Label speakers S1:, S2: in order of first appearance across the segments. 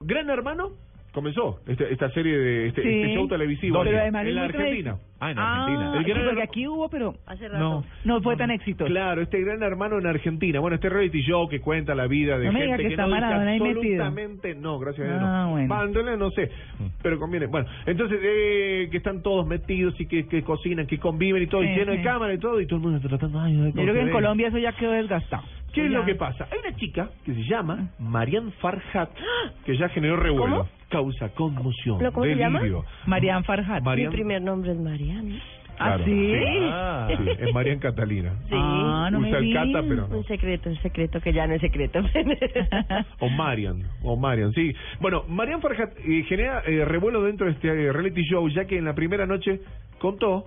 S1: Gran Hermano comenzó esta, esta serie de este,
S2: Sí.
S1: este show televisivo
S2: Pero
S1: en-
S2: además
S1: en la
S2: es muy
S1: Argentina. Ah, en Argentina.
S2: Ah,
S1: El
S2: sí,
S1: Gran
S2: porque
S1: Hermano-
S2: aquí hubo, pero
S3: Hace rato.
S1: No.
S2: no fue tan exitoso.
S1: Claro, este gran hermano en Argentina. Bueno, este reality show que cuenta la vida de
S2: No me
S1: gente
S2: diga que
S1: que,
S2: está
S1: no dice
S2: Maradona ahí metido.
S1: absolutamente no, gracias a Dios.
S2: Ah,
S1: no.
S2: bueno. Mm.
S1: Va, en realidad no sé, pero conviene. Bueno, entonces eh, que están todos metidos y que, que cocinan, que conviven y todo, y
S2: Sí,
S1: lleno de
S2: sí.
S1: cámara y todo, y todo el mundo está tratando. Ay, ay,
S2: Yo
S1: cómo
S2: creo
S1: se
S2: que en
S1: ve.
S2: Colombia eso ya quedó desgastado.
S1: ¿Qué es
S2: Ya.
S1: lo que pasa? Hay una chica que se llama
S2: Ah.
S1: Marianne Farhat, que ya generó revuelo.
S3: ¿Cómo?
S1: Causa conmoción.
S3: ¿Pero cómo se llama?
S1: delirio.
S2: Marian Farhat.
S1: Marian-
S3: Mi primer nombre es Mariana.
S2: ¿Ah,
S1: Claro.
S2: sí?
S1: Ah, sí, es Marian Catalina.
S3: Sí.
S2: Ah, no me
S1: Usa el cata,
S2: digas.
S1: pero no.
S3: Un secreto, un secreto que ya no es secreto.
S1: O Marian, o Marian, sí. Bueno, Marian Farhat eh, genera eh, revuelo dentro de este eh, reality show, ya que en la primera noche contó...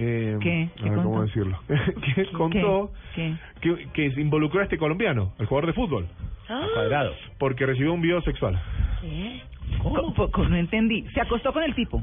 S1: Eh,
S2: ¿Qué?
S1: a
S2: ¿Qué
S1: ver
S2: contó?
S1: ¿Cómo decirlo? que
S2: ¿Qué?
S1: contó
S2: ¿Qué?
S1: Que, que se involucró a este colombiano, el jugador de fútbol,
S3: Ah,
S1: porque recibió un video sexual.
S3: ¿qué?
S2: Co- co- co- no entendí. Se acostó con el tipo.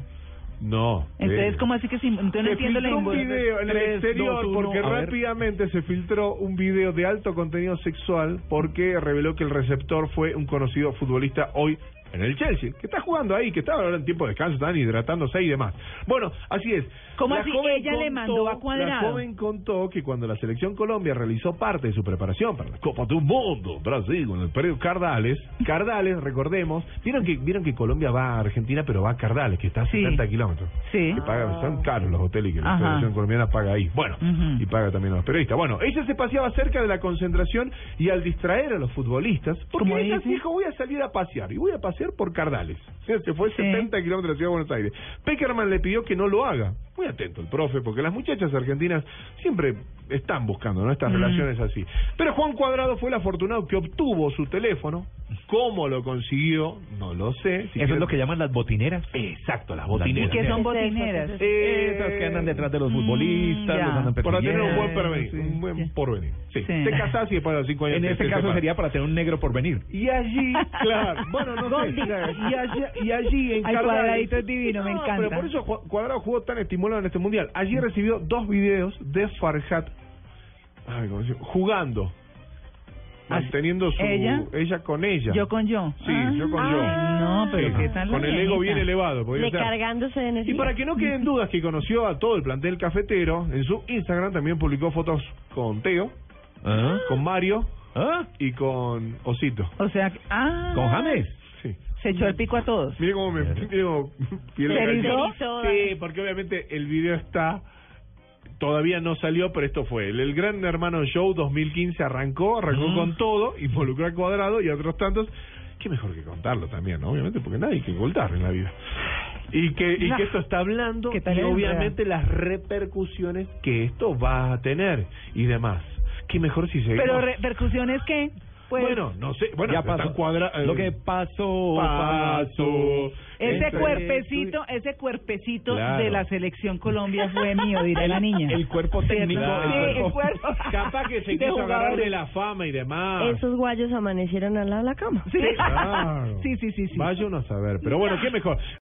S1: No.
S2: Entonces,
S1: eh,
S2: ¿cómo así que sí? Entonces no
S1: se
S2: entiendo la
S1: filtró un
S2: involucra-
S1: video en el
S2: Tres,
S1: exterior
S2: dos, uno,
S1: porque
S2: a ver.
S1: rápidamente se filtró un video de alto contenido sexual porque reveló que el receptor fue un conocido futbolista hoy en el Chelsea, que está jugando ahí, que estaba ahora en tiempo de descanso, están hidratándose y demás. Bueno, así es.
S2: ¿Cómo
S1: La
S2: así?
S1: joven
S2: Ella le mandó a Cuadrado.
S1: La joven contó que cuando la selección Colombia realizó parte de su preparación para la Copa del Mundo, Brasil, con el periodo Cardales, Cardales, recordemos, vieron que vieron que Colombia va a Argentina, pero va a Cardales, que está a
S2: Sí.
S1: 70 kilómetros.
S2: Sí.
S1: Que pagan, son caros los hoteles que la
S2: Ajá.
S1: Federación Colombiana paga ahí. Bueno,
S2: Ujú.
S1: y paga también a los periodistas. Bueno, ella se paseaba cerca de la concentración y al distraer a los futbolistas, porque
S2: Como
S1: ella
S2: dice.
S1: dijo, voy a salir a pasear y voy a pasear por Cardales. O sea, Se fue
S2: Sí.
S1: 70 kilómetros de la ciudad de Buenos Aires. Peckerman le pidió que no lo haga. Muy atento el profe, porque las muchachas argentinas siempre están buscando ¿no? estas
S2: Mm.
S1: relaciones así. Pero Juan Cuadrado fue el afortunado que obtuvo su teléfono. ¿Cómo lo consiguió? No lo sé. Si
S4: Eso
S1: quieren-
S4: es lo que llaman las botineras.
S1: Exacto, las botineras.
S2: ¿Y qué son botineras?
S3: Eso, eso,
S4: Esas que andan detrás de los
S2: Mm,
S4: futbolistas,
S2: ya.
S4: los andan
S1: Para tener un buen
S4: persiguiendo,
S1: porvenir.
S4: sí.
S1: Un buen
S2: Sí.
S1: porvenir. Sí.
S2: Sí.
S1: Te casas y después de los cinco años.
S4: En
S1: te-
S4: este
S1: te
S4: caso
S1: separas.
S4: sería para tener un negro por venir.
S1: Y allí, claro, bueno, no sé, y allí, y allí en
S2: Ay,
S1: Cardales-
S2: Cuadradito es divino, me
S1: No,
S2: encanta.
S1: Pero por eso Ju- Cuadrado jugó tan estimulado en este mundial. Allí recibió dos videos de Farhat ay, ¿cómo se llama? jugando,
S2: Ah,
S1: manteniendo su
S2: ¿ella?
S1: con ella.
S2: Yo con yo.
S1: Sí, yo con yo.
S2: Ay, No, pero
S1: Sí,
S2: ¿qué tal? la
S1: Con el ego
S2: viejita?
S1: bien elevado. podría ser.
S3: Recargándose de energía.
S1: Y para que no queden dudas que conoció a todo el plantel cafetero, en su Instagram también publicó fotos con Teo,
S4: ¿Ah?
S1: con Mario
S4: ¿Ah?
S1: y con Osito.
S2: O sea, que- ah.
S4: ¿Con James?
S1: Sí.
S2: Se echó el pico a todos.
S1: Mire cómo me. Mire cómo, piel de
S3: ¿Se
S1: gallina.
S3: erizó?
S1: Sí, porque obviamente el video está. Todavía no salió, pero esto fue. El, el Gran Hermano Show 2015 arrancó, arrancó con todo, involucró a Cuadrado y a otros tantos. Qué mejor que contarlo también, ¿no? obviamente, porque nadie hay que ocultar en la vida. Y que, y que esto está hablando
S2: ¿Qué tal
S1: y
S2: el
S1: obviamente las repercusiones que esto va a tener y demás. Qué mejor si se
S2: Pero repercusiones que, pues,
S1: bueno, no sé, bueno,
S4: ya
S1: están
S4: pasó.
S1: cuadra- eh,
S4: Lo que pasó,
S1: paso.
S2: ese
S1: Entre-
S2: cuerpecito, ese cuerpecito
S1: Claro.
S2: de la selección Colombia fue mío, dirá la niña.
S4: El cuerpo técnico.
S2: Claro. Sí, el cuerpo.
S1: Capaz que se
S2: De
S1: quiso agarrar
S2: jugadores.
S1: de la fama y demás.
S3: Esos guayos amanecieron al lado de la cama.
S2: Sí.
S1: Claro.
S2: sí, sí, sí, sí.
S1: Vaya uno a saber. Pero bueno, qué mejor.